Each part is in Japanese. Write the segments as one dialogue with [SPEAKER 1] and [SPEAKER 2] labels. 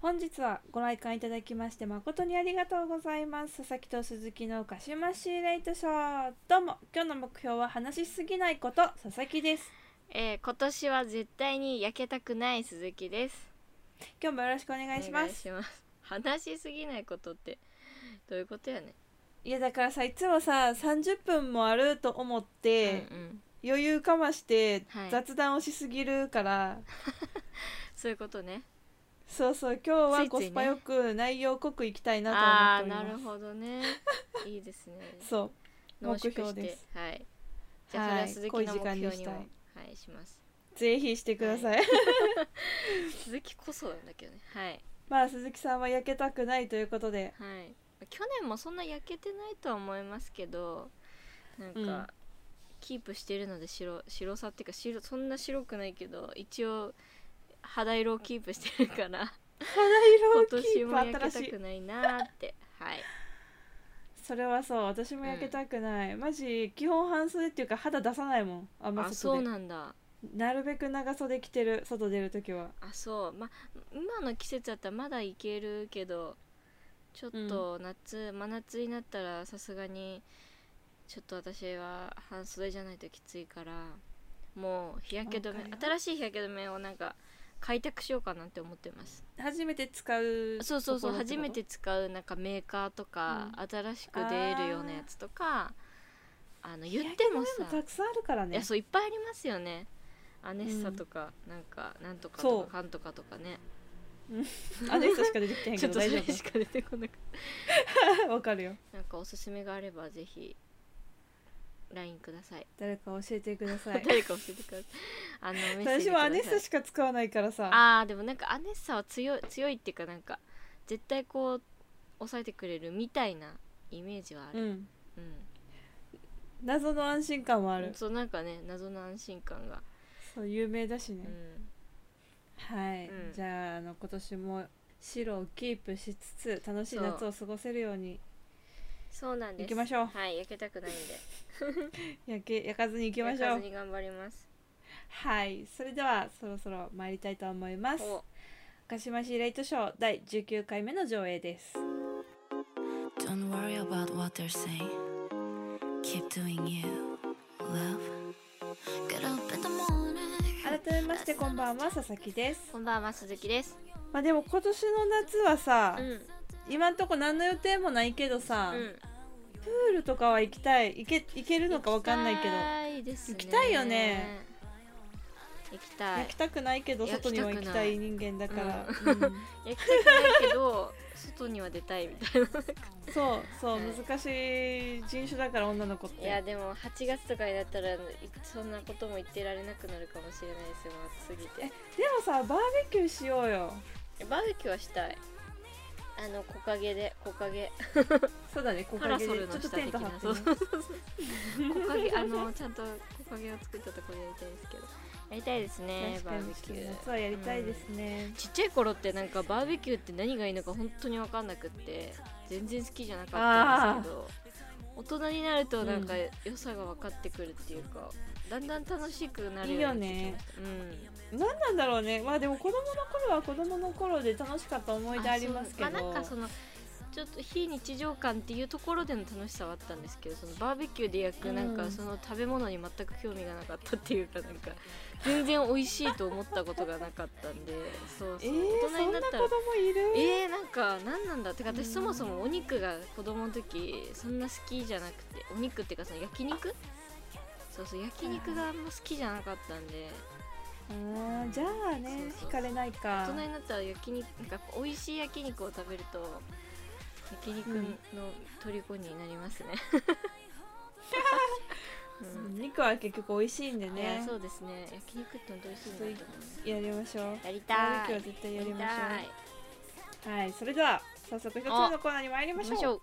[SPEAKER 1] 本日はご来館いただきまして誠にありがとうございます佐々木と鈴木のカシマシレイトショーどうも今日の目標は話しすぎないこと佐々木です
[SPEAKER 2] えー、今年は絶対に焼けたくない鈴木です。
[SPEAKER 1] 今日もよろしくお願いしますい
[SPEAKER 2] お願いします。話しすぎないことってどういうことやね。
[SPEAKER 1] やだからさいつもさ30分もあると思って、
[SPEAKER 2] うんうん、
[SPEAKER 1] 余裕かまして
[SPEAKER 2] はい
[SPEAKER 1] 雑談をしすぎるから、
[SPEAKER 2] そういうことね。
[SPEAKER 1] そうそう今日
[SPEAKER 2] ついつい
[SPEAKER 1] は
[SPEAKER 2] ね
[SPEAKER 1] コスパよく内容濃くいきたいなと
[SPEAKER 2] ああー
[SPEAKER 1] 思っ
[SPEAKER 2] な
[SPEAKER 1] ており
[SPEAKER 2] る
[SPEAKER 1] ます
[SPEAKER 2] ほどね。いいですね。
[SPEAKER 1] そう
[SPEAKER 2] 濃
[SPEAKER 1] 目
[SPEAKER 2] 縮し
[SPEAKER 1] 標で
[SPEAKER 2] て
[SPEAKER 1] す
[SPEAKER 2] はい。じゃあそれは鈴木の
[SPEAKER 1] はい
[SPEAKER 2] 目
[SPEAKER 1] 濃い時間に
[SPEAKER 2] 標
[SPEAKER 1] し
[SPEAKER 2] に
[SPEAKER 1] たい
[SPEAKER 2] もはいします。
[SPEAKER 1] ぜひしてください、
[SPEAKER 2] 鈴木こそなんだけどね。はい
[SPEAKER 1] まあ鈴木さんは焼けたくないということ で
[SPEAKER 2] はい。去年もそんな焼けてないとは思いますけど、なんか。
[SPEAKER 1] うん
[SPEAKER 2] キープしてるので白白さっていうか白そんな白くないけど一応肌色をキープしてる から今
[SPEAKER 1] 肌色をキ
[SPEAKER 2] 年
[SPEAKER 1] ー
[SPEAKER 2] も焼
[SPEAKER 1] プ新
[SPEAKER 2] け
[SPEAKER 1] したい
[SPEAKER 2] くないなーってはい
[SPEAKER 1] それはそう私も焼けたくない、マジ基本半袖っていうか肌出さないもんあんま
[SPEAKER 2] あそ
[SPEAKER 1] 外
[SPEAKER 2] う
[SPEAKER 1] でな
[SPEAKER 2] なんだ
[SPEAKER 1] るべく長袖着てる外出るときは
[SPEAKER 2] あそうま今の季節だったらまだいけるけどちょっと夏、真夏になったらさすがにちょっと私は半袖じゃないときついからもう日焼け止
[SPEAKER 1] わ
[SPEAKER 2] め
[SPEAKER 1] かるよ
[SPEAKER 2] 新しい日焼け止めをなんか開拓しようかなって思ってます
[SPEAKER 1] 初めて使う
[SPEAKER 2] そうそうそう
[SPEAKER 1] ところって
[SPEAKER 2] 初
[SPEAKER 1] こと
[SPEAKER 2] めて使うなんかメーカーとか、新しく出るようなやつとかあの言っても
[SPEAKER 1] で
[SPEAKER 2] さ
[SPEAKER 1] もたくさんあるから
[SPEAKER 2] い
[SPEAKER 1] ね
[SPEAKER 2] やそういっぱいありますよねアネッサとか、なんかなんとかと
[SPEAKER 1] そう
[SPEAKER 2] かかんとかとかね
[SPEAKER 1] あの人しか出てきてへん
[SPEAKER 2] ち
[SPEAKER 1] け
[SPEAKER 2] ょっ
[SPEAKER 1] ど
[SPEAKER 2] とそ
[SPEAKER 1] 大丈
[SPEAKER 2] れしか出てこなく
[SPEAKER 1] 夫わかるよ
[SPEAKER 2] なんかおすすめがあればぜひ LINE ください、
[SPEAKER 1] 誰か教えてください
[SPEAKER 2] 誰か教えてくださいあのメッセー
[SPEAKER 1] 私
[SPEAKER 2] ジくだ
[SPEAKER 1] は
[SPEAKER 2] さい
[SPEAKER 1] アネッサしか使わないからさ
[SPEAKER 2] あーでもなんかアネッサは強い強いっていうかなんか絶対こう抑えてくれるみたいなイメージはあ
[SPEAKER 1] う
[SPEAKER 2] る、
[SPEAKER 1] ん
[SPEAKER 2] うん、
[SPEAKER 1] 謎の安心感もある、
[SPEAKER 2] そうなんかね謎の安心感が、
[SPEAKER 1] そう有名だしね、
[SPEAKER 2] う
[SPEAKER 1] はい、
[SPEAKER 2] うん
[SPEAKER 1] じゃああの今年も白をキープしつつ楽しい夏を過ごせるように
[SPEAKER 2] ん、そうなんです
[SPEAKER 1] 行きましょう
[SPEAKER 2] はい焼けたくないんで
[SPEAKER 1] 焼け焼かずに行きましょ
[SPEAKER 2] 焼か
[SPEAKER 1] う
[SPEAKER 2] ずに頑張ります
[SPEAKER 1] はいそれではそろそろ参りたいと思います
[SPEAKER 2] お
[SPEAKER 1] 鹿島市レイトショー第19回目の上映です
[SPEAKER 3] Don't worry about what they're saying. Keep doing you, love. Get up in the morning.
[SPEAKER 1] 改めましてこんばんは佐々木です
[SPEAKER 2] こんばんは鈴木です
[SPEAKER 1] まあでも今年の夏はさ、
[SPEAKER 2] うん
[SPEAKER 1] 今んとこ何の予定もないけどさ、
[SPEAKER 2] うん
[SPEAKER 1] プールとかは行きたい行け行けるのかわかんないけど
[SPEAKER 2] 行きたいですね
[SPEAKER 1] 行きたいよね
[SPEAKER 2] 行きたい
[SPEAKER 1] 行きたくないけど
[SPEAKER 2] いや
[SPEAKER 1] 外には行きたい人間だから、うん
[SPEAKER 2] 行きたくないけ ど外には出たいみたいな
[SPEAKER 1] そうそう
[SPEAKER 2] うん
[SPEAKER 1] 難しい人種だから女の子っ
[SPEAKER 2] いや
[SPEAKER 1] て
[SPEAKER 2] でも8月とかになったらいそんなことも言ってられなくなるかもしれないですよ暑すぎて
[SPEAKER 1] でもさバーベキューしようよ
[SPEAKER 2] バーベキューはしたいあの木陰で木陰
[SPEAKER 1] そうだね木
[SPEAKER 2] パラ
[SPEAKER 1] 陰
[SPEAKER 2] ソ
[SPEAKER 1] で
[SPEAKER 2] ル
[SPEAKER 1] ちょ
[SPEAKER 2] の
[SPEAKER 1] っと
[SPEAKER 2] 下
[SPEAKER 1] テン
[SPEAKER 2] 的
[SPEAKER 1] ト張
[SPEAKER 2] な
[SPEAKER 1] って
[SPEAKER 2] そう
[SPEAKER 1] ね
[SPEAKER 2] そうそう木 陰あのちゃんと木陰を作ったところでやりたいですけどやりたいですね
[SPEAKER 1] 確
[SPEAKER 2] バ
[SPEAKER 1] か
[SPEAKER 2] ー
[SPEAKER 1] に
[SPEAKER 2] ベキュー
[SPEAKER 1] 夏はやりたいですね、
[SPEAKER 2] ちっちゃい頃ってなんかバーベキューって何がいいのか本当に分かんなくって全然好きじゃなかったんですけど大人になるとなんか
[SPEAKER 1] うん
[SPEAKER 2] 良さが分かってくるっていうか、だんだん楽しくなるようになってきました
[SPEAKER 1] 何なんだろうねまあでも子供の頃は子供の頃で楽しかった思
[SPEAKER 2] う
[SPEAKER 1] い
[SPEAKER 2] ん
[SPEAKER 1] 出ありますけど
[SPEAKER 2] あそうまあなんかそのちょっと非日常感っていうところでの楽しさはあったんですけどそのバーベキューで焼くなん
[SPEAKER 1] う
[SPEAKER 2] か
[SPEAKER 1] ん
[SPEAKER 2] その食べ物に全く興味がなかったっていうかなんか全然美味しいと思ったことがなかったんでそう
[SPEAKER 1] え
[SPEAKER 2] そう、
[SPEAKER 1] ー、
[SPEAKER 2] 大人になっ
[SPEAKER 1] そ
[SPEAKER 2] たら
[SPEAKER 1] んな子供いる
[SPEAKER 2] えー、なんか何なんだってか私
[SPEAKER 1] うん
[SPEAKER 2] そもそもお肉が子供の時そんな好きじゃなくてお肉っていうかその焼肉そうそう焼肉があんま好きじゃなかったんで
[SPEAKER 1] あーじゃあね
[SPEAKER 2] そうそう
[SPEAKER 1] 惹かれない
[SPEAKER 2] 大
[SPEAKER 1] か
[SPEAKER 2] 人になったら焼肉なんか美味しい焼肉を食べると焼肉
[SPEAKER 1] う
[SPEAKER 2] の
[SPEAKER 1] ん
[SPEAKER 2] 虜になりますね、うん
[SPEAKER 1] 肉は結局美味しいんで
[SPEAKER 2] いや
[SPEAKER 1] ね
[SPEAKER 2] そうですね焼肉って本当美味しいんだと思う
[SPEAKER 1] やりましょう
[SPEAKER 2] やり
[SPEAKER 1] バーベキュ
[SPEAKER 2] たい
[SPEAKER 1] ーは絶対やりまし
[SPEAKER 2] やり
[SPEAKER 1] ょうはいそれでは早速一つ目のコーナーに参り
[SPEAKER 2] たい
[SPEAKER 1] ま
[SPEAKER 2] 行
[SPEAKER 1] し
[SPEAKER 2] きま
[SPEAKER 1] ょう
[SPEAKER 2] しょう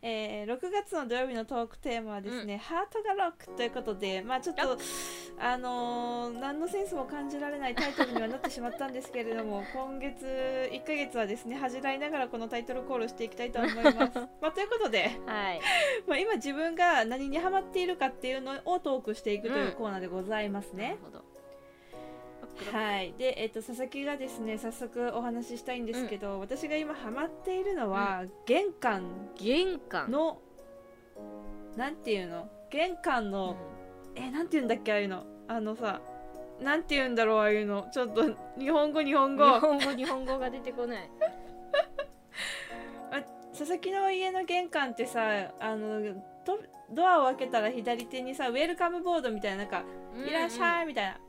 [SPEAKER 1] えー、6月の土曜日のトークテーマはですね、ハートがロックということで、まあちょっ
[SPEAKER 2] ロ
[SPEAKER 1] と、あのー何のセンスも感じられないタイトルにはなってしまったんですけれど も、今月1ヶ月はですね、恥じらいながらこのタイトルコールしていきたいと思い ます。まあということで、
[SPEAKER 2] はい
[SPEAKER 1] まあ今自分が何にハマっているかっていうのをトークしていくというコーナーでございます
[SPEAKER 2] なる
[SPEAKER 1] ね。
[SPEAKER 2] ほど。袋
[SPEAKER 1] はい、で、えっと佐々木がですね早速お話ししたいんですけど、私が今ハマっているのは、玄関
[SPEAKER 2] 玄関
[SPEAKER 1] のなんていうの玄関の、えなんていうんだっけああいうのあのさなんていうんだろうああいうのちょっと日本語日本
[SPEAKER 2] 日
[SPEAKER 1] 語
[SPEAKER 2] 本語日本語が出てこない
[SPEAKER 1] 佐々木の家の玄関ってさあのとドアを開けたら左手にさウェルカムボードみたいななんか「いらっしゃい」みたいな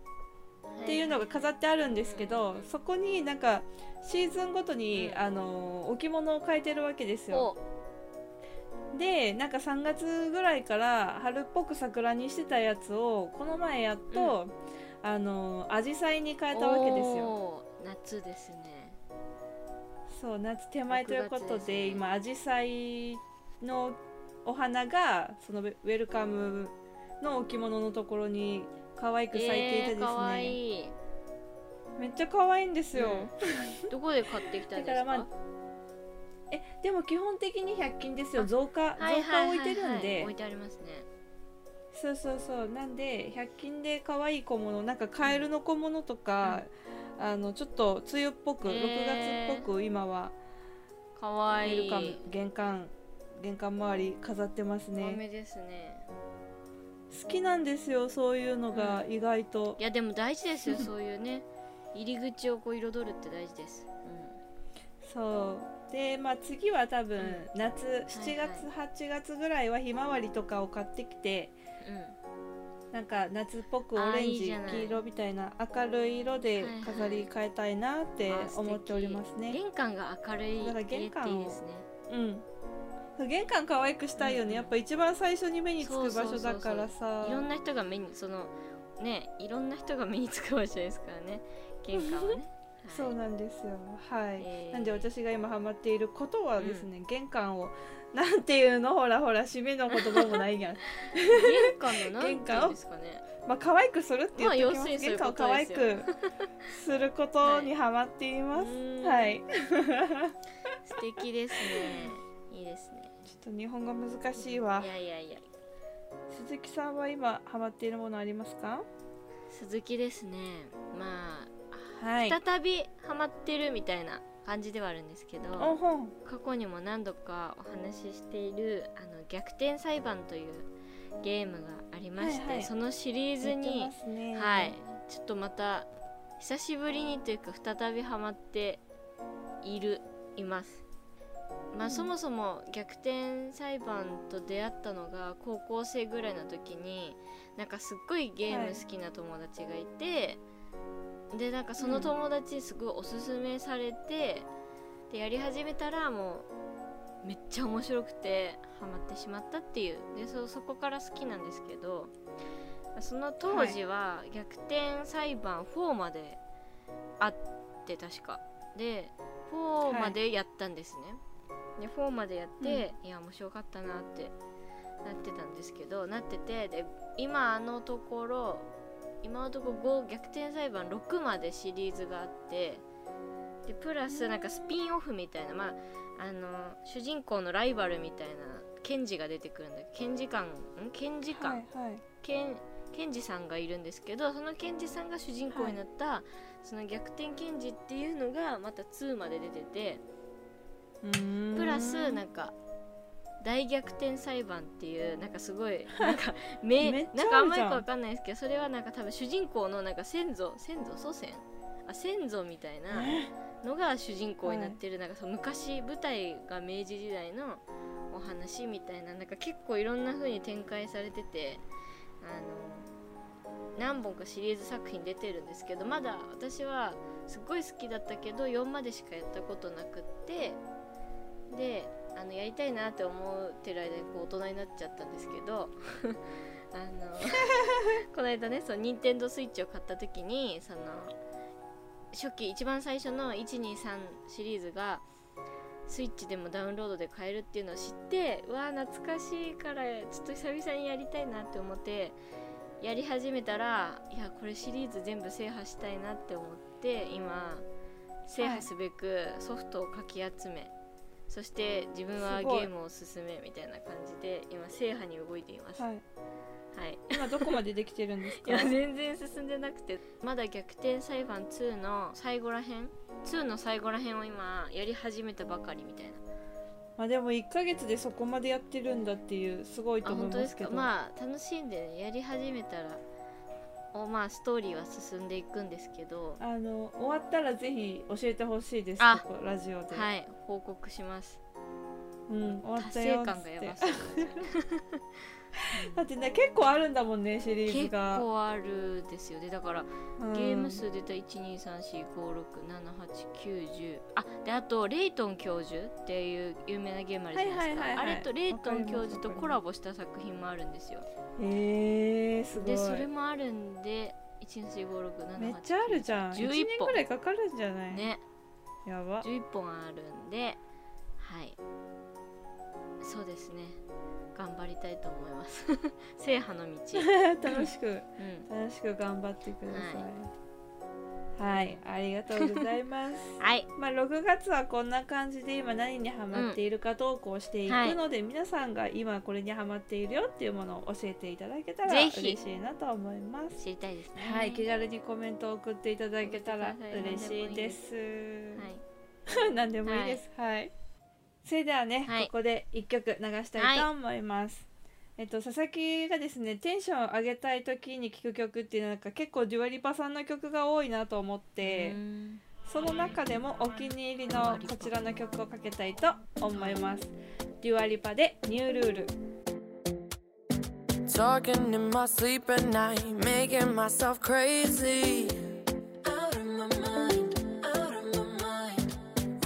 [SPEAKER 1] っていうのが飾ってあるんですけど、そこになんかシーズンごとに、
[SPEAKER 2] うん
[SPEAKER 1] あの置物を変えてるわけですよ。でなんか3月ぐらいから春っぽく桜にしてたやつをこの前やっと、あの紫陽花に変えたわけですよ。
[SPEAKER 2] よ夏ですね
[SPEAKER 1] そう夏手前ということで
[SPEAKER 2] 6月ですね
[SPEAKER 1] 今アジサイのお花がそのウェウェルカムの置物のところに可愛く咲いていてです
[SPEAKER 2] えー、
[SPEAKER 1] ね、
[SPEAKER 2] かわいい
[SPEAKER 1] めっちゃ可愛いんですよ、
[SPEAKER 2] うんどこで買ってきたんですか
[SPEAKER 1] だからまえでも基本的に100均ですよ
[SPEAKER 2] あ
[SPEAKER 1] 増加
[SPEAKER 2] は
[SPEAKER 1] 増
[SPEAKER 2] いは
[SPEAKER 1] 加
[SPEAKER 2] は
[SPEAKER 1] 置
[SPEAKER 2] は
[SPEAKER 1] て
[SPEAKER 2] い
[SPEAKER 1] るんで
[SPEAKER 2] 置いてありますね
[SPEAKER 1] そうそうそうなんで100均で可愛い小物なんかカエルの小物とか、あのちょっと梅雨っぽく、
[SPEAKER 2] へー
[SPEAKER 1] 6月っぽく今は
[SPEAKER 2] かわ
[SPEAKER 1] ウ
[SPEAKER 2] い
[SPEAKER 1] ェル
[SPEAKER 2] い
[SPEAKER 1] カム玄関玄関周り飾ってますね
[SPEAKER 2] 豆ですね
[SPEAKER 1] 好きなんですよそういうのが意外と
[SPEAKER 2] い、やでも大事ですよそういうね入り口をこう彩るって大事です、
[SPEAKER 1] そうでまあ次は多分
[SPEAKER 2] う
[SPEAKER 1] 夏7
[SPEAKER 2] はい
[SPEAKER 1] 月、8月ぐらいはひまわりとかを買ってきて
[SPEAKER 2] うんうん、
[SPEAKER 1] なんか夏っぽく
[SPEAKER 2] あー
[SPEAKER 1] オレン
[SPEAKER 2] いいじ
[SPEAKER 1] ジ
[SPEAKER 2] ゃない
[SPEAKER 1] 黄色みたいな明るい色で
[SPEAKER 2] はいはい
[SPEAKER 1] 飾り変えたいなって
[SPEAKER 2] あ素敵
[SPEAKER 1] 思っておりますね、
[SPEAKER 2] 玄関が明るい家
[SPEAKER 1] だから
[SPEAKER 2] っていい
[SPEAKER 1] 玄関を
[SPEAKER 2] ですね
[SPEAKER 1] うんそう玄関可愛くしたいよね、
[SPEAKER 2] うん
[SPEAKER 1] やっぱ一番最初に目につ
[SPEAKER 2] そう
[SPEAKER 1] く
[SPEAKER 2] そう
[SPEAKER 1] 場
[SPEAKER 2] そう
[SPEAKER 1] 所
[SPEAKER 2] そう
[SPEAKER 1] だからさ
[SPEAKER 2] いろんな人が目にそのねいろんな人が目につく場所ですからね玄関 はね、はい
[SPEAKER 1] そうなんですよはい、
[SPEAKER 2] えー
[SPEAKER 1] なんで私が今ハマっていることはですね、玄関を なんていうのほらほら締めの言葉もない やん
[SPEAKER 2] 玄関の何
[SPEAKER 1] 玄
[SPEAKER 2] ていうん
[SPEAKER 1] 関
[SPEAKER 2] ですかね
[SPEAKER 1] まあ可愛くするって言っておきま
[SPEAKER 2] まあ要す
[SPEAKER 1] す、
[SPEAKER 2] るにそ
[SPEAKER 1] 玄
[SPEAKER 2] ういうこ
[SPEAKER 1] 関
[SPEAKER 2] と
[SPEAKER 1] を可愛
[SPEAKER 2] ですよ
[SPEAKER 1] くすることにハマっています、はい、
[SPEAKER 2] 素敵ですねいいですね
[SPEAKER 1] ちょっと日本語難しいわ
[SPEAKER 2] いやいやいや
[SPEAKER 1] 鈴木さんは今ハマっているものありますか
[SPEAKER 2] 鈴木ですねま
[SPEAKER 1] は
[SPEAKER 2] あ再びハマってるみたいな感じではあるんですけど
[SPEAKER 1] おほん
[SPEAKER 2] 過去にも何度かお話ししている「あの逆転裁判」というゲームがありまして、
[SPEAKER 1] はいはい
[SPEAKER 2] そのシリーズ
[SPEAKER 1] 言って
[SPEAKER 2] に
[SPEAKER 1] ま、すね
[SPEAKER 2] はい、ちょっとまた久しぶりにというか再びハマっているいます。まあ
[SPEAKER 1] うん
[SPEAKER 2] そもそも逆転裁判と出会ったのが高校生ぐらいの時になんかすっごいゲーム好きな友達がいて、でなんかその友達にすごいおすすめされて、でやり始めたらもうめっちゃ面白くてハマってしまったっていうでそそこから好きなんですけどその当時は逆転裁判4まであって確かで4までやったんですね、で4までやって、いや面白かったなってなってたんですけどなっててで今のところ今のところ5逆転裁判6までシリーズがあってでプラスなんかスピンオフみたいな、まあ、あの主人公のライバルみたいな検事が出てくるんだけど検事官ん検事官、
[SPEAKER 1] はいはい
[SPEAKER 2] 検検事さんがいるんですけどその検事さんが主人公になった、その逆転検事っていうのがまた2まで出てて
[SPEAKER 1] うーん
[SPEAKER 2] プラスなんか大逆転裁判っていうなんかすご いなんかめ
[SPEAKER 1] めっちゃあるじゃん
[SPEAKER 2] なんかあんまりよくわかんないですけどそれはなんか多分主人公のなんか先祖先祖祖先あ先祖みたいな
[SPEAKER 1] え
[SPEAKER 2] のが主人公になってる、なんかその昔舞台が明治時代のお話みたいななんか結構いろんな風に展開されててあの何本かシリーズ作品出てるんですけどまだ私はすっごい好きだったけど4までしかやったことなくってであのやりたいなって思ってる間にこう大人になっちゃったんですけどあの この間ねその任天堂スイッチを買った時にその初期一番最初の123シリーズがスイッチでもダウンロードで買えるっていうのを知ってうわー懐かしいからちょっと久々にやりたいなって思ってやり始めたらいやこれシリーズ全部制覇したいなって思って今制覇すべくソフトをかき集め、そして自分
[SPEAKER 1] す
[SPEAKER 2] はゲ
[SPEAKER 1] ごい
[SPEAKER 2] ームを進めみたいな感じで今制覇に動いています。は
[SPEAKER 1] はい
[SPEAKER 2] い、はい
[SPEAKER 1] 今どこまでできてるんです
[SPEAKER 2] い
[SPEAKER 1] か
[SPEAKER 2] や全然進んでなくてまだ逆転裁判2の最後らへん2の最後らへんを今やり始めたばかりみたいな
[SPEAKER 1] まあでも1ヶ月でそこまでやってるんだっていうすごい
[SPEAKER 2] あ
[SPEAKER 1] と思い
[SPEAKER 2] 本当
[SPEAKER 1] ま
[SPEAKER 2] です
[SPEAKER 1] すけ
[SPEAKER 2] か
[SPEAKER 1] ど
[SPEAKER 2] まあ楽しんで、ね、やり始めたらおまあストーリーは進んでいくんですけど
[SPEAKER 1] あの終わったらぜひ教えてほしいです
[SPEAKER 2] あ
[SPEAKER 1] ここラジオで、
[SPEAKER 2] はい報告します
[SPEAKER 1] うん、終わっ
[SPEAKER 2] 達
[SPEAKER 1] たよっつ
[SPEAKER 2] 成感
[SPEAKER 1] っ
[SPEAKER 2] が
[SPEAKER 1] て
[SPEAKER 2] やばそう
[SPEAKER 1] だってね結構あるんだもんねシリーズ
[SPEAKER 2] 結
[SPEAKER 1] が、
[SPEAKER 2] 構あるですよねだから
[SPEAKER 1] うん
[SPEAKER 2] ゲーム数出た12345678910あであとレイトン教授っていう有名なゲームあるじゃないです
[SPEAKER 1] はいはいは
[SPEAKER 2] かあ
[SPEAKER 1] いはい
[SPEAKER 2] れとレイトン教授と
[SPEAKER 1] わかりますわかります
[SPEAKER 2] コラボした作品もあるんですよ
[SPEAKER 1] えー、すごい
[SPEAKER 2] でそれもあるんで123456789
[SPEAKER 1] めっちゃあるじゃん
[SPEAKER 2] 11
[SPEAKER 1] 1
[SPEAKER 2] 本
[SPEAKER 1] 年ぐらいかかるんじゃない、
[SPEAKER 2] ね
[SPEAKER 1] やば
[SPEAKER 2] 11本あるんではいそうですね頑張りたいと思います 制覇の道、
[SPEAKER 1] 楽しく
[SPEAKER 2] うん、
[SPEAKER 1] 楽しく頑張ってくださいはい、ありがとうございます
[SPEAKER 2] はい
[SPEAKER 1] まあ6月はこんな感じで今何にハマっているか投稿していくので、皆さんが今これにハマっているよっていうものを教えていただけたら
[SPEAKER 2] ぜ
[SPEAKER 1] 嬉
[SPEAKER 2] ひ
[SPEAKER 1] しいなと思います
[SPEAKER 2] 知りたいですね
[SPEAKER 1] はい、気軽にコメントを送っていただけたら嬉しいです。
[SPEAKER 2] は い、
[SPEAKER 1] 何でもいいです。はい。それではね、
[SPEAKER 2] はい
[SPEAKER 1] ここで一曲流したいと思います。えっと佐々木がですね、テンションを上げたい時に聴く曲っていうのはなんか結構デュアリパさんの曲が多いなと思って
[SPEAKER 2] う、ん
[SPEAKER 1] その中でもお気に入りのこちらの曲をかけたいと思います。デュアリパでニュールール。
[SPEAKER 4] Talking in my sleep at night, making myself crazy. Out of my mind, out of my mind.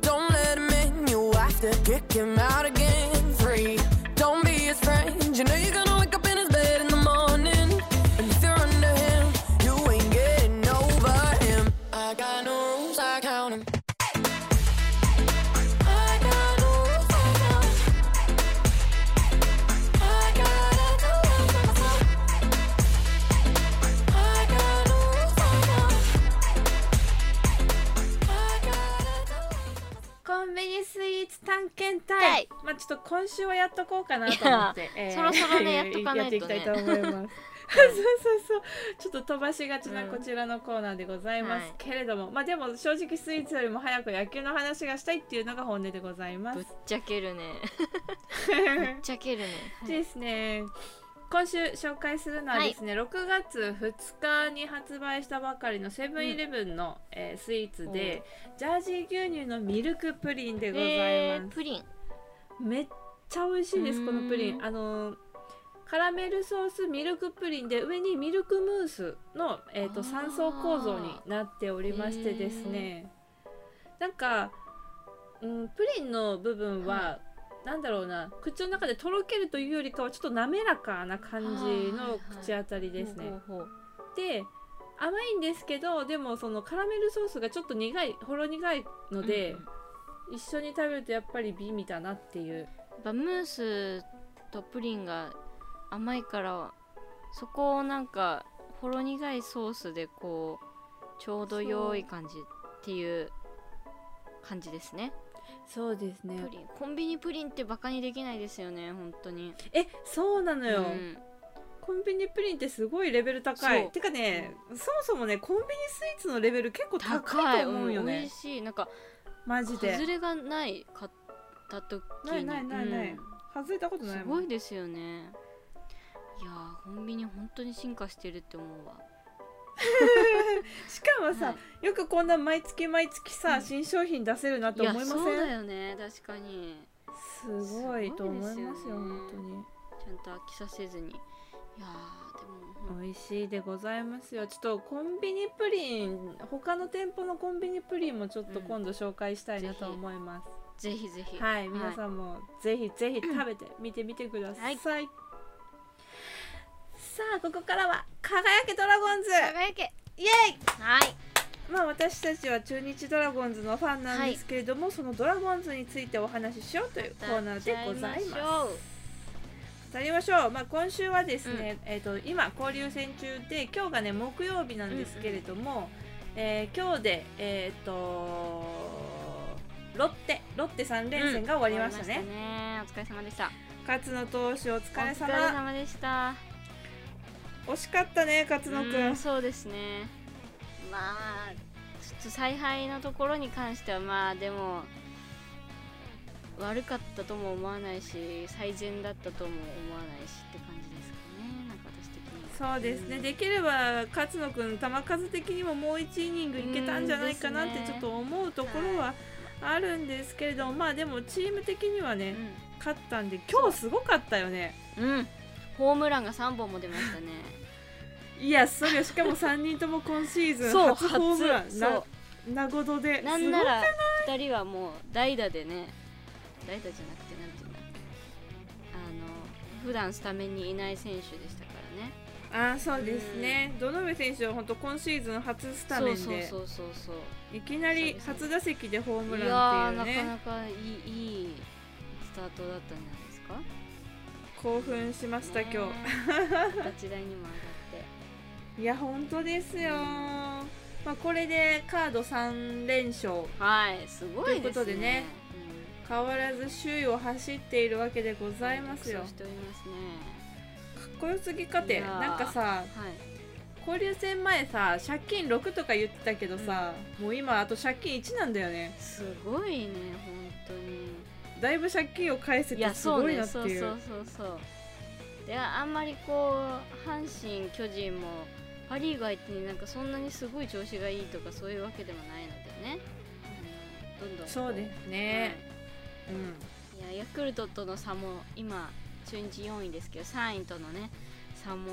[SPEAKER 4] don't let him in You have to kick him out again Three, don't be his friend You know you're gonna wake up in his bed in the morning And if you're under him You ain't getting over him I got no rules, I count him I got no rules, I count 'em. I gotta do it for myself. I got no rules, I got
[SPEAKER 1] コンビニスイーツ探検隊、
[SPEAKER 2] はい
[SPEAKER 1] まあちょっと今週はやっとこうかなと思って、え
[SPEAKER 2] そろそろねやっとか
[SPEAKER 1] や
[SPEAKER 2] ないとね
[SPEAKER 1] っていきたいと思 いますそうそうそうちょっと飛ばしがちなこちらのコーナーでございます、
[SPEAKER 2] はい
[SPEAKER 1] けれどもまあでも正直スイーツよりも早く野球の話がしたいっていうのが本音でございます
[SPEAKER 2] ぶっちゃけ るねぶっちゃけるね、はい
[SPEAKER 1] ですね今週紹介するのはですね、6月2日に発売したばかりのセブンイレブンの、えースイーツでジャージー牛乳のミルクプリンでございます、
[SPEAKER 2] えープリン
[SPEAKER 1] めっちゃ美味しいで
[SPEAKER 2] うー
[SPEAKER 1] す
[SPEAKER 2] ん
[SPEAKER 1] このプリンあのカラメルソースミルクプリンで上にミルクムースの、えー、
[SPEAKER 2] あー
[SPEAKER 1] と3層構造になっておりましてですねなんか、うん、プリンの部分は、
[SPEAKER 2] は
[SPEAKER 1] なんだろうな口の中でとろけるというよりかはちょっと滑らかな感じの口当たりですね。
[SPEAKER 2] ほうほうほう
[SPEAKER 1] で甘いんですけどでもそのカラメルソースがちょっと苦いほろ苦いので、
[SPEAKER 2] うんうん
[SPEAKER 1] 一緒に食べるとやっぱり美味だなっていう
[SPEAKER 2] やっぱムースとプリンが甘いからそこをなんかほろ苦いソースでこうちょうど良い感じっていう感じですね
[SPEAKER 1] そうですね
[SPEAKER 2] プリンコンビニプリンってバカにできないですよね本当に
[SPEAKER 1] えそうなのよ、
[SPEAKER 2] うん
[SPEAKER 1] コンビニプリンってすごいレベル高
[SPEAKER 2] そう
[SPEAKER 1] いてかねそもそもねコンビニスイーツのレベル結構高いと思うよ
[SPEAKER 2] ん美
[SPEAKER 1] ね
[SPEAKER 2] 味、しいなんか
[SPEAKER 1] マジで
[SPEAKER 2] 外れがない買った時に
[SPEAKER 1] ないないないない
[SPEAKER 2] うん
[SPEAKER 1] 外れたことない
[SPEAKER 2] す
[SPEAKER 1] も
[SPEAKER 2] ご
[SPEAKER 1] ん
[SPEAKER 2] いですよねいやーコンビニ本当に進化してるって思うわ
[SPEAKER 1] しかもさ、
[SPEAKER 2] はい
[SPEAKER 1] よくこんな毎月毎月さ、
[SPEAKER 2] うん
[SPEAKER 1] 新商品出せるなと思いません
[SPEAKER 2] そうだよね確かに
[SPEAKER 1] すごいと思いますよ
[SPEAKER 2] すごいですよ
[SPEAKER 1] 本
[SPEAKER 2] ねちゃんと飽きさせずにいやーでも
[SPEAKER 1] 当
[SPEAKER 2] ほん
[SPEAKER 1] に美味しいでございますよちょっとコンビニプリン他の店舗のコンビニプリンもちょっと今度紹介したいなと思います、
[SPEAKER 2] ぜひぜひ
[SPEAKER 1] はい、皆さんもぜひぜひ食べてみてみてください。
[SPEAKER 2] はい
[SPEAKER 1] ささあここからは「輝けドラゴンズ
[SPEAKER 2] 輝け」
[SPEAKER 1] イエイ
[SPEAKER 2] はい
[SPEAKER 1] まあ私たちは中日ドラゴンズのファンなんですけれども、そのドラゴンズについてお話ししようというコーナーでございます。語りましょう、まあ、今週はですね、えー、と今交流戦中で今日がね木曜日なんですけれども、えー今日でえっ、とロッテロッテ3連戦が終わりましたね,、
[SPEAKER 2] 終わりましたねお疲れ様でした
[SPEAKER 1] 勝野投手お疲れ
[SPEAKER 2] お疲れ
[SPEAKER 1] 様
[SPEAKER 2] 様でした
[SPEAKER 1] 惜しかったね勝野く
[SPEAKER 2] うんんそうですねまあちょっと采配のところに関してはまあでも悪かったとも思わないし最善だったとも思わないしって感じですかねなんか私的には
[SPEAKER 1] そうですね、
[SPEAKER 2] ん
[SPEAKER 1] できれば勝野君球数的にももう1イニングいけたんじゃないかなって
[SPEAKER 2] うんです
[SPEAKER 1] ち
[SPEAKER 2] ね
[SPEAKER 1] ょっと思うところはあるんですけれども、まあでもチーム的にはね、勝ったんで今日すごかったよね
[SPEAKER 2] うん、うんホームランが3本も出ましたね
[SPEAKER 1] いやそれしかも3人とも今シーズン
[SPEAKER 2] そう
[SPEAKER 1] 初ホームラ
[SPEAKER 2] 初
[SPEAKER 1] ンな
[SPEAKER 2] そ
[SPEAKER 1] 名ごとで
[SPEAKER 2] うなんなら2人はもう代打でね代打じゃなくてなんていうんだあの普段スタメンにいない選手でしたからね
[SPEAKER 1] すごいあーそうですね堂上選手は本当今シーズン初スタメンで
[SPEAKER 2] そうそうそうそうそう
[SPEAKER 1] いきなり初打席でホーム
[SPEAKER 2] い
[SPEAKER 1] ラ
[SPEAKER 2] や
[SPEAKER 1] ン
[SPEAKER 2] ー
[SPEAKER 1] っていう
[SPEAKER 2] な
[SPEAKER 1] ね
[SPEAKER 2] かなかいいいいスタートだったんじゃないですか
[SPEAKER 1] 興奮しました今日
[SPEAKER 2] 日立大にも
[SPEAKER 1] いや本当ですよー、
[SPEAKER 2] うん
[SPEAKER 1] まあ、これでカード3連勝
[SPEAKER 2] 上がってはいすごいですね
[SPEAKER 1] ということでね変わらず首位を走っているわけでご
[SPEAKER 2] うん
[SPEAKER 1] ざいますよか
[SPEAKER 2] 独走しておりますね
[SPEAKER 1] っこよすぎかて
[SPEAKER 2] いやー
[SPEAKER 1] なんかさ
[SPEAKER 2] はい
[SPEAKER 1] 交流戦前さ借金6とか言ってたけどさ、もう今あと借金1なんだよね
[SPEAKER 2] すごいね本当に
[SPEAKER 1] だいぶ借金を返せ
[SPEAKER 2] い
[SPEAKER 1] て
[SPEAKER 2] や
[SPEAKER 1] す
[SPEAKER 2] そう
[SPEAKER 1] ごい
[SPEAKER 2] ね
[SPEAKER 1] なって
[SPEAKER 2] そ
[SPEAKER 1] いうう
[SPEAKER 2] そうそうそうであんまりこう阪神巨人もパ・リーグ相手になんかそんなにすごい調子がいいとかそういうわけでもないのでね、うん、どんどんこ
[SPEAKER 1] そうです
[SPEAKER 2] はい
[SPEAKER 1] ね、うん
[SPEAKER 2] いやヤクルトとの差も今中日4位ですけど3位とのね差も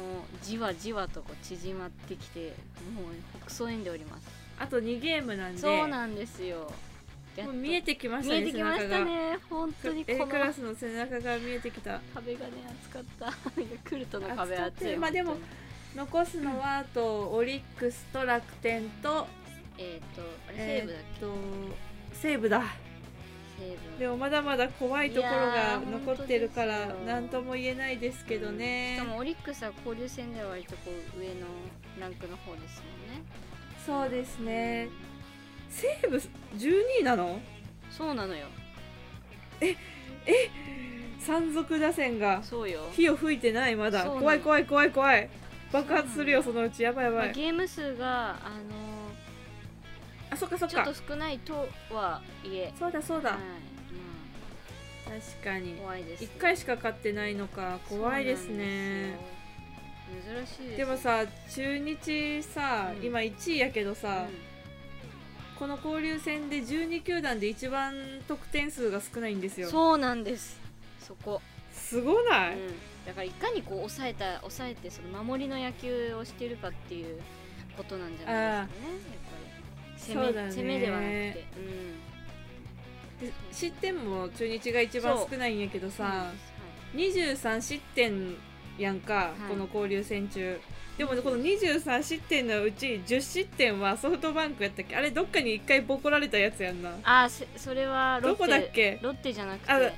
[SPEAKER 2] じわじわとこう縮まってきてもう北総縁でおります
[SPEAKER 1] あと2ゲームなんで
[SPEAKER 2] そうなんですよやっ
[SPEAKER 1] も
[SPEAKER 2] と
[SPEAKER 1] う見えてきました
[SPEAKER 2] 見え
[SPEAKER 1] ね
[SPEAKER 2] てきまし
[SPEAKER 1] 背
[SPEAKER 2] た
[SPEAKER 1] 中が
[SPEAKER 2] ね本当に
[SPEAKER 1] A
[SPEAKER 2] この
[SPEAKER 1] クラスの背中が見えてきた
[SPEAKER 2] 壁がね厚かった ヤクルトの壁
[SPEAKER 1] 厚か
[SPEAKER 2] 厚
[SPEAKER 1] った
[SPEAKER 2] い
[SPEAKER 1] よまあでも
[SPEAKER 2] 本当に
[SPEAKER 1] 残すのはあとオリックスと楽天と
[SPEAKER 2] えっ、とあれ
[SPEAKER 1] え
[SPEAKER 2] 西武だっ
[SPEAKER 1] ーっと西武だ
[SPEAKER 2] け、西
[SPEAKER 1] でもまだまだ怖いところ
[SPEAKER 2] いや
[SPEAKER 1] が
[SPEAKER 2] ー
[SPEAKER 1] 残ってるか
[SPEAKER 2] 本
[SPEAKER 1] ら
[SPEAKER 2] 当ですよ
[SPEAKER 1] 何とも言えないです
[SPEAKER 2] 武
[SPEAKER 1] けどね
[SPEAKER 2] しかもオリックスは交流戦では割とこう上のランクの方ですもんね
[SPEAKER 1] そうですね西武12位なの
[SPEAKER 2] そうなのよ
[SPEAKER 1] 山賊打線が
[SPEAKER 2] そうよ
[SPEAKER 1] 火を吹いてないまだ
[SPEAKER 2] そうなの
[SPEAKER 1] 怖い怖い怖い怖い爆発するよ
[SPEAKER 2] そ
[SPEAKER 1] そのうちやばいやば
[SPEAKER 2] まあ
[SPEAKER 1] い
[SPEAKER 2] ゲーム数があの
[SPEAKER 1] あそっかそっ
[SPEAKER 2] ちょっ
[SPEAKER 1] か
[SPEAKER 2] と少ないとはいえ、
[SPEAKER 1] そうだそう
[SPEAKER 2] は
[SPEAKER 1] だ
[SPEAKER 2] い
[SPEAKER 1] 確か
[SPEAKER 2] うん、
[SPEAKER 1] に
[SPEAKER 2] 怖いです
[SPEAKER 1] 1回しか勝ってないのか怖いですね
[SPEAKER 2] そうなんですよ珍しいです
[SPEAKER 1] でもさ中日さ
[SPEAKER 2] うん
[SPEAKER 1] 今1位やけど
[SPEAKER 2] うん
[SPEAKER 1] さこの交流戦で12球団で一番得点数が少ないんですよ
[SPEAKER 2] そうなんですそこ、
[SPEAKER 1] すごな
[SPEAKER 2] う
[SPEAKER 1] い、
[SPEAKER 2] ん、だからいかにこう抑えた抑えてその守りの野球をしてるかっていうことなんじゃないですかねや
[SPEAKER 1] そ
[SPEAKER 2] っぱり攻め
[SPEAKER 1] うだね
[SPEAKER 2] 攻めではなくて、
[SPEAKER 1] で失点も中日が一番少ないんやけど
[SPEAKER 2] うん、
[SPEAKER 1] さ、23失点やんか、
[SPEAKER 2] い
[SPEAKER 1] この交流戦中でもねこの23失点のうち10失点はソフトバンクやったっけあれどっかに1回ボコられたやつやんな
[SPEAKER 2] ああせそれはロッテ
[SPEAKER 1] どこだっけ
[SPEAKER 2] ロッテじゃなくて
[SPEAKER 1] あ違う
[SPEAKER 2] えっ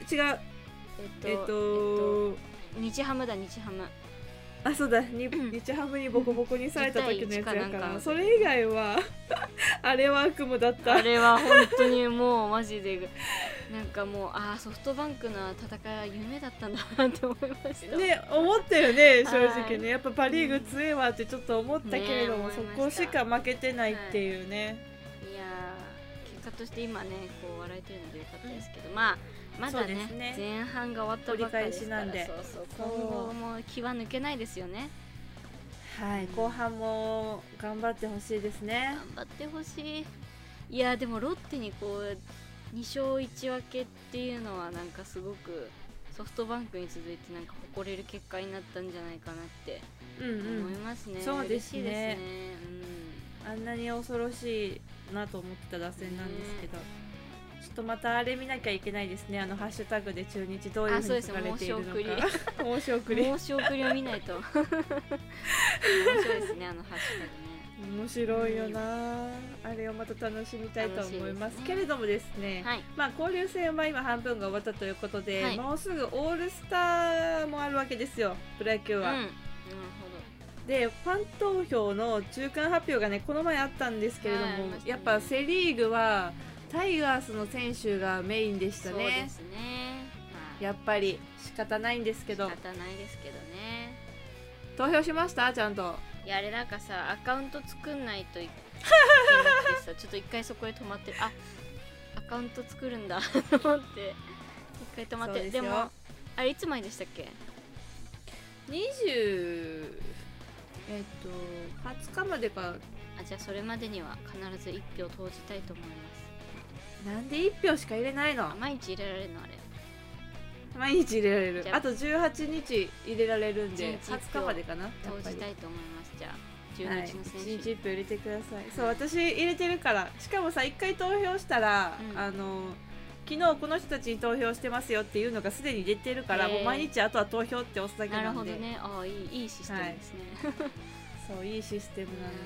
[SPEAKER 2] と
[SPEAKER 1] えっと,、
[SPEAKER 2] 日ハムだ日ハム
[SPEAKER 1] あそうだに
[SPEAKER 2] ん
[SPEAKER 1] 日ハムにボコボコにされた時のやつやから
[SPEAKER 2] 10対1かなんか
[SPEAKER 1] それ以外は あれは悪夢だった
[SPEAKER 2] あれは本当にもうマジでなんかもうああソフトバンクの戦いは夢だったんだなって思いました
[SPEAKER 1] ね、思ったよね正直
[SPEAKER 2] は
[SPEAKER 1] ねやっぱパ・リーグ強えわってちょっと思ったけれども、
[SPEAKER 2] ね
[SPEAKER 1] そ
[SPEAKER 2] 思い
[SPEAKER 1] こ
[SPEAKER 2] ました
[SPEAKER 1] しか負けてないっていうね、
[SPEAKER 2] いやー結果として今ねこう笑えてるのでよかったですけど、まあまだね
[SPEAKER 1] そうですね
[SPEAKER 2] 前半が終わったばっかりですから
[SPEAKER 1] 折り返しなんで
[SPEAKER 2] そうそう
[SPEAKER 1] そう
[SPEAKER 2] 今後も気は抜けないですよね
[SPEAKER 1] はい後半も頑張ってほしいですね
[SPEAKER 2] 頑張ってほしいいやーでもロッテにこう2勝1分けっていうのはなんかすごくソフトバンクに続いてなんか誇れる結果になったんじゃないかなって
[SPEAKER 1] うんう
[SPEAKER 2] 思い
[SPEAKER 1] ん
[SPEAKER 2] ますね、
[SPEAKER 1] そうですね
[SPEAKER 2] 嬉しいですね、
[SPEAKER 1] あんなに恐ろしいなと思ってた打線なんですけど、ちょっとまたあれ見なきゃいけないですねあのハッシュタグで中日どういうふうに書かれているの
[SPEAKER 2] あそう
[SPEAKER 1] か申し送り
[SPEAKER 2] 申し送りを見ないと面白いですねあのハッシュタグね
[SPEAKER 1] 面白いよなあれをまた楽しみたいと思います
[SPEAKER 2] 楽しいですね
[SPEAKER 1] けれどもですね、
[SPEAKER 2] はい
[SPEAKER 1] まあ、交流戦は今半分が終わったということで、
[SPEAKER 2] はい
[SPEAKER 1] もうすぐオールスターもあるわけですよプロ野球
[SPEAKER 2] うんな
[SPEAKER 1] は、
[SPEAKER 2] る
[SPEAKER 1] でファン投票の中間発表がねこの前あったんですけれども、
[SPEAKER 2] はいありましたね
[SPEAKER 1] やっぱセ・リーグはタイガースの選手がメインでし
[SPEAKER 2] ほ
[SPEAKER 1] た
[SPEAKER 2] どそうで
[SPEAKER 1] ね
[SPEAKER 2] すねはい
[SPEAKER 1] やっぱり仕方ないんですけど
[SPEAKER 2] 仕方ないですけどね
[SPEAKER 1] 投票しましたちゃんと
[SPEAKER 2] いやあれなんかさアカウント作んないといいけなくて さちょっと一回そこで止まってるあアカウント作るんだと思って一回止まって
[SPEAKER 1] そう
[SPEAKER 2] る
[SPEAKER 1] です
[SPEAKER 2] で
[SPEAKER 1] よ
[SPEAKER 2] もあれいつ前でしたっけ
[SPEAKER 1] 20えっと20日までか
[SPEAKER 2] あじゃあそれまでには必ず1票投じたいと思います
[SPEAKER 1] なんで1票しか入れないの
[SPEAKER 2] あ毎日入れられるのあれ
[SPEAKER 1] 毎日入れられる
[SPEAKER 2] じゃあ
[SPEAKER 1] あと18日入れられるんで
[SPEAKER 2] 一日一
[SPEAKER 1] 20
[SPEAKER 2] 票
[SPEAKER 1] 日までかなやっ
[SPEAKER 2] 投
[SPEAKER 1] ぱ
[SPEAKER 2] じ
[SPEAKER 1] り
[SPEAKER 2] たいと思いますじゃあ中
[SPEAKER 1] はい、
[SPEAKER 2] 日の選
[SPEAKER 1] 1
[SPEAKER 2] 手、
[SPEAKER 1] 日1票入れてくださいそう私入れてるからしかもさ1回投票したら、
[SPEAKER 2] うん
[SPEAKER 1] あの昨日この人たちに投票してますよっていうのがすでに出てるから、
[SPEAKER 2] へー
[SPEAKER 1] もう毎日あとは投票って押すだけ
[SPEAKER 2] な
[SPEAKER 1] な
[SPEAKER 2] る
[SPEAKER 1] ん
[SPEAKER 2] ほ
[SPEAKER 1] で
[SPEAKER 2] どねああいいいいシステムですね、
[SPEAKER 1] そういいシステムなんですよ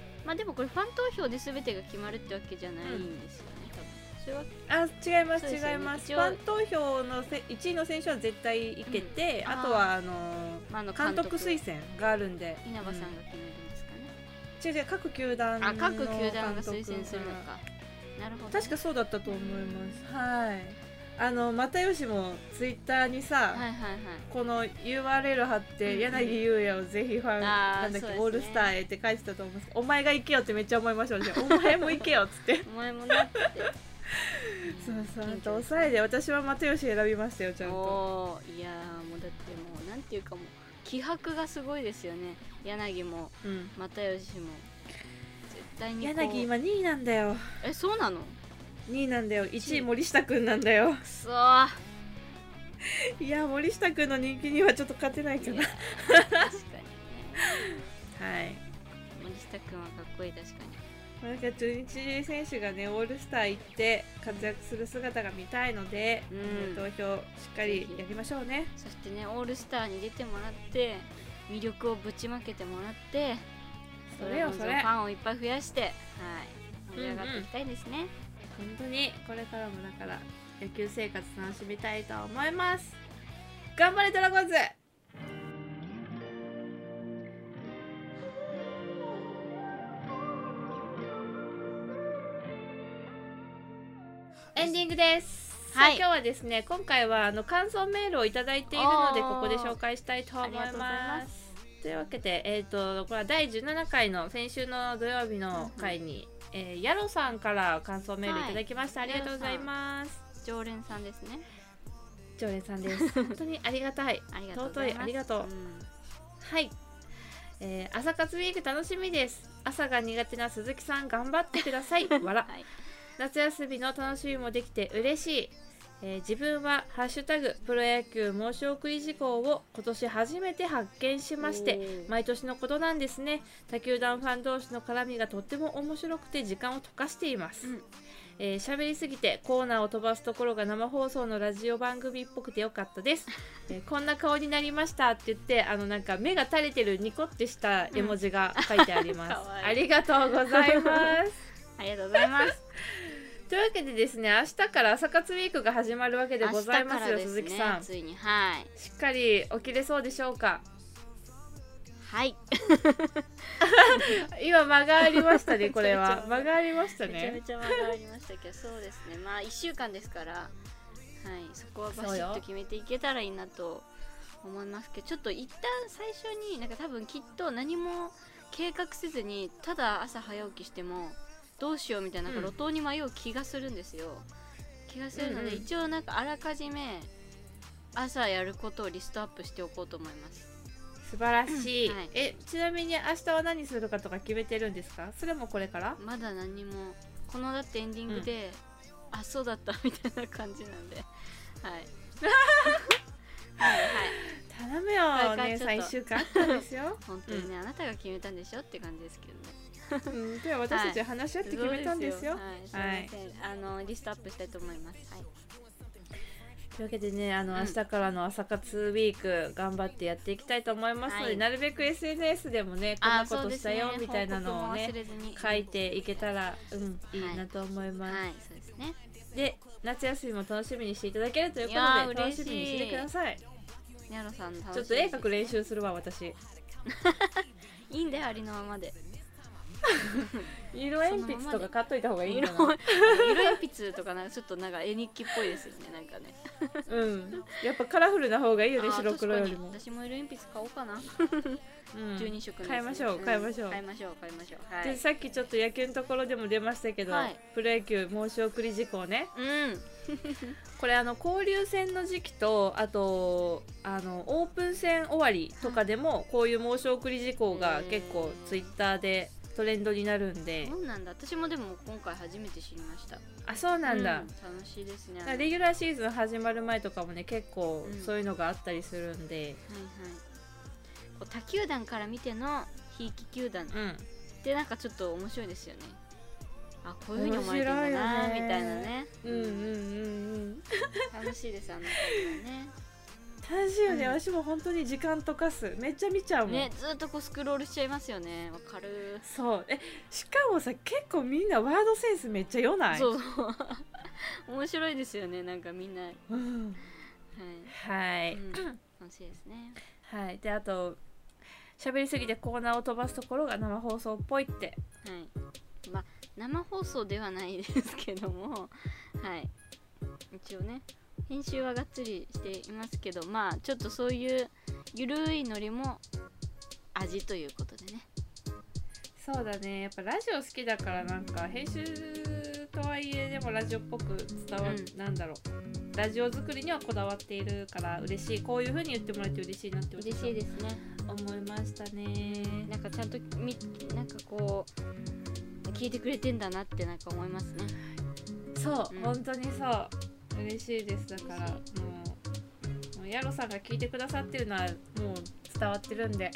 [SPEAKER 2] まあでもこれファン投票で全てが決まるってわけじゃないんですよね、多分そ
[SPEAKER 1] あ
[SPEAKER 2] れは
[SPEAKER 1] 違います
[SPEAKER 2] そうですよね
[SPEAKER 1] 違います、
[SPEAKER 2] 一応
[SPEAKER 1] ファン投票のせ1位の選手は絶対いけて、
[SPEAKER 2] うんあー
[SPEAKER 1] あとはあの
[SPEAKER 2] まああの
[SPEAKER 1] 監督推薦があるんで
[SPEAKER 2] 稲葉さんが決めるんですかね、
[SPEAKER 1] うん違う違う各球団の
[SPEAKER 2] あ
[SPEAKER 1] 監督
[SPEAKER 2] 各球団が推薦するのかなるほど
[SPEAKER 1] 確かそうだったと思いますはいあの又吉もツイッターにさ、
[SPEAKER 2] はいはいはい
[SPEAKER 1] この URL 貼っ
[SPEAKER 2] うんう
[SPEAKER 1] て
[SPEAKER 2] ん
[SPEAKER 1] 柳優也をぜひファン
[SPEAKER 2] あー
[SPEAKER 1] なんだっけ、
[SPEAKER 2] そうですね
[SPEAKER 1] オールスターへって書いてたと思うんですけどお前が行けよってめっちゃ思いました私お前も行けよっつって
[SPEAKER 2] お前もなって
[SPEAKER 1] そう そうあ
[SPEAKER 2] 緊
[SPEAKER 1] ん
[SPEAKER 2] 張
[SPEAKER 1] た抑えで私は又吉選びましたよちゃんと
[SPEAKER 2] おーいやーもうだってもうなんていうかもう気迫がすごいですよね柳も
[SPEAKER 1] うん
[SPEAKER 2] 又吉も絶対にこう
[SPEAKER 1] 柳今2位なんだよ
[SPEAKER 2] えそうなの
[SPEAKER 1] 2位なんだよ1位森下くんなんだよ
[SPEAKER 2] くそー
[SPEAKER 1] いや森下くんの人気にはちょっと勝てないか
[SPEAKER 2] い
[SPEAKER 1] な
[SPEAKER 2] や確かに
[SPEAKER 1] はい
[SPEAKER 2] ね森下君はかっこいい確かに
[SPEAKER 1] なんか中日選手がねオールスター行って活躍する姿が見たいので、
[SPEAKER 2] うん
[SPEAKER 1] 投票しっかりやりましょうね。
[SPEAKER 2] そしてねオールスターに出てもらって魅力をぶちまけてもらって
[SPEAKER 1] それよそ
[SPEAKER 2] ドラゴンズの
[SPEAKER 1] れ
[SPEAKER 2] ファンをいっぱい増やしてはい盛り上がっ
[SPEAKER 1] うん
[SPEAKER 2] て
[SPEAKER 1] う
[SPEAKER 2] い
[SPEAKER 1] ん
[SPEAKER 2] きたいですね、
[SPEAKER 1] 本当にこれからもだから野球生活楽しみたいと思います。頑張れドラゴンズエンディングです。
[SPEAKER 2] は
[SPEAKER 1] はいい、今日はですね、今回はあの感想メールをいただいているので、
[SPEAKER 2] あ
[SPEAKER 1] こ
[SPEAKER 2] ー
[SPEAKER 1] こで紹介したいと思い
[SPEAKER 2] ありがとうござい
[SPEAKER 1] ま。
[SPEAKER 2] ます
[SPEAKER 1] というわけで、えっ、と、これは第17回の先週の土曜日の回に、えー、ヤロさんから感想メールいただきました。
[SPEAKER 2] はい
[SPEAKER 1] ありがとうございます。
[SPEAKER 2] 常連さんですね
[SPEAKER 1] 常連さんです。 本当にありがたい。
[SPEAKER 2] ありがとうございます
[SPEAKER 1] 尊いありがとうんはい。えー、朝活ウィーク楽しみです。朝が苦手な鈴木さん頑張ってくだ さい。わら。
[SPEAKER 2] はい
[SPEAKER 1] 夏休みの楽しみもできて嬉しい、えー自分は「ハッシュタグプロ野球申し送り事項」を今年初めて発見しまし
[SPEAKER 2] お
[SPEAKER 1] て
[SPEAKER 2] ー
[SPEAKER 1] 毎年のことなんですね他球団ファン同士の絡みがとっても面白くて時間を溶かしています、
[SPEAKER 2] うん
[SPEAKER 1] えー喋りすぎてコーナーを飛ばすところが生放送のラジオ番組っぽくてよかった です、えーこんな顔になりましたって言ってあのなんか目が垂れてるニコってした絵文字が書いてあります、
[SPEAKER 2] うん かわいい
[SPEAKER 1] ありがとうございます
[SPEAKER 2] ありがとうございます
[SPEAKER 1] というわけでですね明日から朝活ウィークが始まるわけ でございますよ
[SPEAKER 2] 明日からですね
[SPEAKER 1] 鈴木さんし
[SPEAKER 2] ついにはい
[SPEAKER 1] っかり起きれそうでしょうか
[SPEAKER 2] はい
[SPEAKER 1] 今間がありましたねこれ
[SPEAKER 2] めちゃ
[SPEAKER 1] は
[SPEAKER 2] めちゃ
[SPEAKER 1] 間がありました
[SPEAKER 2] めちゃめ
[SPEAKER 1] ね
[SPEAKER 2] ちゃ間がありましたけどそうですねまあ1週間ですからはいそこはバシ
[SPEAKER 1] そう
[SPEAKER 2] ッ
[SPEAKER 1] よ
[SPEAKER 2] と決めていけたらいいなと思いますけどちょっと一旦最初になんか多分きっと何も計画せずにただ朝早起きしてもどうしようみたいななんか
[SPEAKER 1] うん
[SPEAKER 2] 路頭に迷う気がするんですよ、気がするので、
[SPEAKER 1] うんうん
[SPEAKER 2] 一応なんかあらかじめ朝やることをリストアップしておこうと思います
[SPEAKER 1] 素晴らしい、
[SPEAKER 2] うんはい
[SPEAKER 1] えちなみに明日は何するかとか決めてるんですかそれもこれから
[SPEAKER 2] まだ何もこのだってエンディングで、あそうだったみたいな感じなんではいはいはい
[SPEAKER 1] 頼むよ
[SPEAKER 2] これから
[SPEAKER 1] 姉
[SPEAKER 2] ちょ
[SPEAKER 1] さ
[SPEAKER 2] っ
[SPEAKER 1] ん
[SPEAKER 2] と
[SPEAKER 1] 1週間あったんですよ
[SPEAKER 2] 本当にね、あなたが決めたんでしょって感じですけどね
[SPEAKER 1] うん、では私たちは話し合って決めたんですよ。
[SPEAKER 2] はい、すみません、あのリストアップしたいと思います。はい、
[SPEAKER 1] というわけでね、あの、
[SPEAKER 2] うん
[SPEAKER 1] 明日からの朝活ウィーク頑張ってやっていきたいと思いますので、
[SPEAKER 2] はい
[SPEAKER 1] なるべく SNS でもね、こんなことしたよみたいなのを
[SPEAKER 2] 報
[SPEAKER 1] ね
[SPEAKER 2] 告も忘れずに
[SPEAKER 1] 書いていけたら、うん、いいなと思い
[SPEAKER 2] は
[SPEAKER 1] ます。
[SPEAKER 2] い、そうですね。
[SPEAKER 1] で、夏休みも楽しみにしていただけるというこ
[SPEAKER 2] いやー
[SPEAKER 1] とで、楽
[SPEAKER 2] 嬉しい
[SPEAKER 1] しみにしてください。
[SPEAKER 2] ニャロさんの楽し
[SPEAKER 1] ち
[SPEAKER 2] み
[SPEAKER 1] ょ
[SPEAKER 2] に
[SPEAKER 1] っと絵描く練習するわ、私。
[SPEAKER 2] いいんだよありのままで。
[SPEAKER 1] 色鉛筆とか買っといた方がいいん
[SPEAKER 2] 色
[SPEAKER 1] だな。
[SPEAKER 2] 色鉛筆とかなんかちょっとなんか絵日記っぽいですよねなんかね。
[SPEAKER 1] うん。やっぱカラフルな方がいいよね、
[SPEAKER 2] あー
[SPEAKER 1] 白黒よりも
[SPEAKER 2] 確か。に私も色鉛筆買おうかな。
[SPEAKER 1] うん
[SPEAKER 2] 十二色のやつ
[SPEAKER 1] 買いましょう、
[SPEAKER 2] ん
[SPEAKER 1] 買いましょう
[SPEAKER 2] 買い。ましょう買いましょう。は
[SPEAKER 1] で
[SPEAKER 2] い。
[SPEAKER 1] さっきちょっと野球のところでも出ましたけど、
[SPEAKER 2] はい
[SPEAKER 1] プロ野球申し送り事項ね
[SPEAKER 2] うん。
[SPEAKER 1] これあの交流戦の時期とあとあのオープン戦終わりとかでもこういう申し送り事項が結構ツイッターでトレンドになるんで
[SPEAKER 2] そうなんだ私もでも今回初めて知りました
[SPEAKER 1] あそうなんだ、
[SPEAKER 2] う楽しいですね
[SPEAKER 1] だからレギュラーシーズン始まる前とかもね結構
[SPEAKER 2] うん
[SPEAKER 1] そういうのがあったりするんで
[SPEAKER 2] はいはい、こう他球団から見てのひいき球団
[SPEAKER 1] う
[SPEAKER 2] っ
[SPEAKER 1] ん
[SPEAKER 2] てなんかちょっと面白いですよねあこういうふうに思われてんだな
[SPEAKER 1] 面白いよね
[SPEAKER 2] みたいなね
[SPEAKER 1] うんうんうんうん
[SPEAKER 2] 楽しいですあの時はね
[SPEAKER 1] 楽しいよね、
[SPEAKER 2] うん
[SPEAKER 1] 私も本当に時間溶かすめっちゃ見ちゃうもん、
[SPEAKER 2] ねずっとこうスクロールしちゃいますよねわかる、
[SPEAKER 1] そうえしかもさ結構みんなワードセンスめっちゃ良ない
[SPEAKER 2] そう そう面白いですよねなんかみんな、はい
[SPEAKER 1] うんはい、
[SPEAKER 2] うん、楽しいですね
[SPEAKER 1] はいであと喋りすぎてコーナーを飛ばすところが生放送っぽいって
[SPEAKER 2] はいまあ生放送ではないですけども はい一応ね編集はがっつりしていますけどまあちょっとそういうゆるいノリも味ということでね
[SPEAKER 1] そうだねやっぱラジオ好きだからなんか編集とはいえでもラジオっぽく伝わ、
[SPEAKER 2] うん
[SPEAKER 1] なんだろうラジオ作りにはこだわっているから嬉しいこういう風に言ってもらえて嬉しいなって
[SPEAKER 2] 嬉しいですね
[SPEAKER 1] 思いましたね
[SPEAKER 2] なんかちゃんとみなんかこう聞いてくれてんだなってなんか思いますね
[SPEAKER 1] そう、
[SPEAKER 2] うん
[SPEAKER 1] 本当にそう嬉しいですだからもうもうヤロさんが聞いてくださってるのはもう伝わってるん で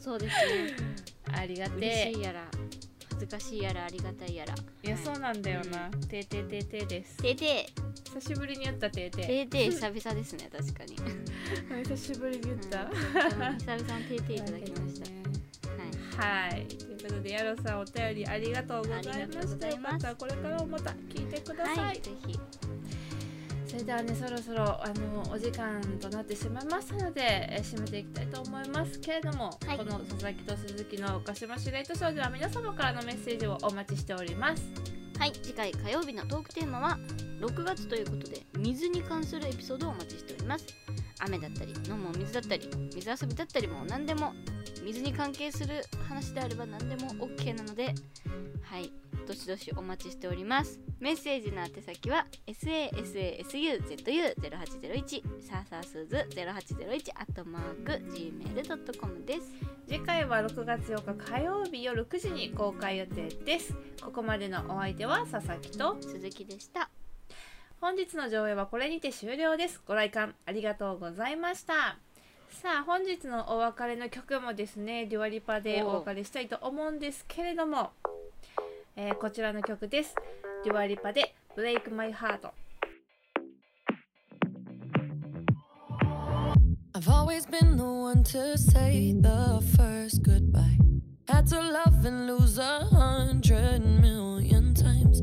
[SPEAKER 2] そうですね
[SPEAKER 1] ありがてえ
[SPEAKER 2] 嬉しいやら恥ずかしいやらありがたいやら
[SPEAKER 1] いや、そう
[SPEAKER 2] う
[SPEAKER 1] なんだよな。てーてーてーてーです。
[SPEAKER 2] でで
[SPEAKER 1] 久しぶりに会ったてーて
[SPEAKER 2] でで久々ですね確かに
[SPEAKER 1] ー。久しぶりに言
[SPEAKER 2] うん久々に手手いただきま した。はい。
[SPEAKER 1] はい。ということで、やろさんお便りありがとうござ
[SPEAKER 2] あ
[SPEAKER 1] い
[SPEAKER 2] り
[SPEAKER 1] ま
[SPEAKER 2] がとう
[SPEAKER 1] し
[SPEAKER 2] ござ
[SPEAKER 1] た。
[SPEAKER 2] い
[SPEAKER 1] よ
[SPEAKER 2] ま
[SPEAKER 1] か
[SPEAKER 2] す
[SPEAKER 1] ったらこれからもまた聞いてください。
[SPEAKER 2] はい、ぜひ。
[SPEAKER 1] それではね、そろそろあのお時間となってしまいましたので、えー締めていきたいと思いますけれども、
[SPEAKER 2] はい
[SPEAKER 1] この佐々木と鈴木の岡島シュレイトショーでは皆様からのメッセージをお待ちしております。
[SPEAKER 2] はい、次回火曜日のトークテーマは6月ということで水に関するエピソードをお待ちしております。雨だったり飲むお水だったり水遊びだったりも何でも水に関係する話であれば何でも OK なのではいどしどしお待ちしておりますメッセージの宛先は sasasuzu0801 さあさあすず0801アットマーク gmail.com です
[SPEAKER 1] 次回は6月8日火曜日夜9時に公開予定です。ここまでのお相手は佐々木と
[SPEAKER 2] 鈴木でした
[SPEAKER 1] 本日の上映はこれにて終了ですご来館ありがとうございましたさあ本日のお別れの曲もですねデュアリパでお別れしたいと思うんですけれども、えーこちらの曲ですデュアリパで「Break My Heart
[SPEAKER 4] I've always been the one to say the first goodbye. Had to love and lose a hundred million times.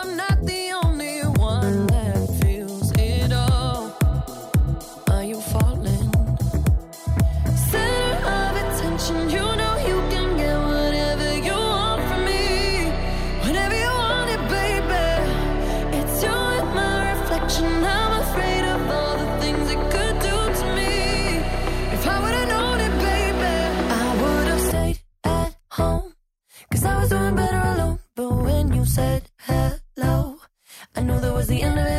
[SPEAKER 4] I'm not the only one that feels it all. Are you falling? Center of attention, you know you can get whatever you want from me. Whenever you want it, baby. It's you with my reflection. I'm afraid of all the things it could do to me. If I would've known it, baby, I would've stayed at home. Cause I was doing better alone. But when you said hello, I knew that was the end of it. Oh,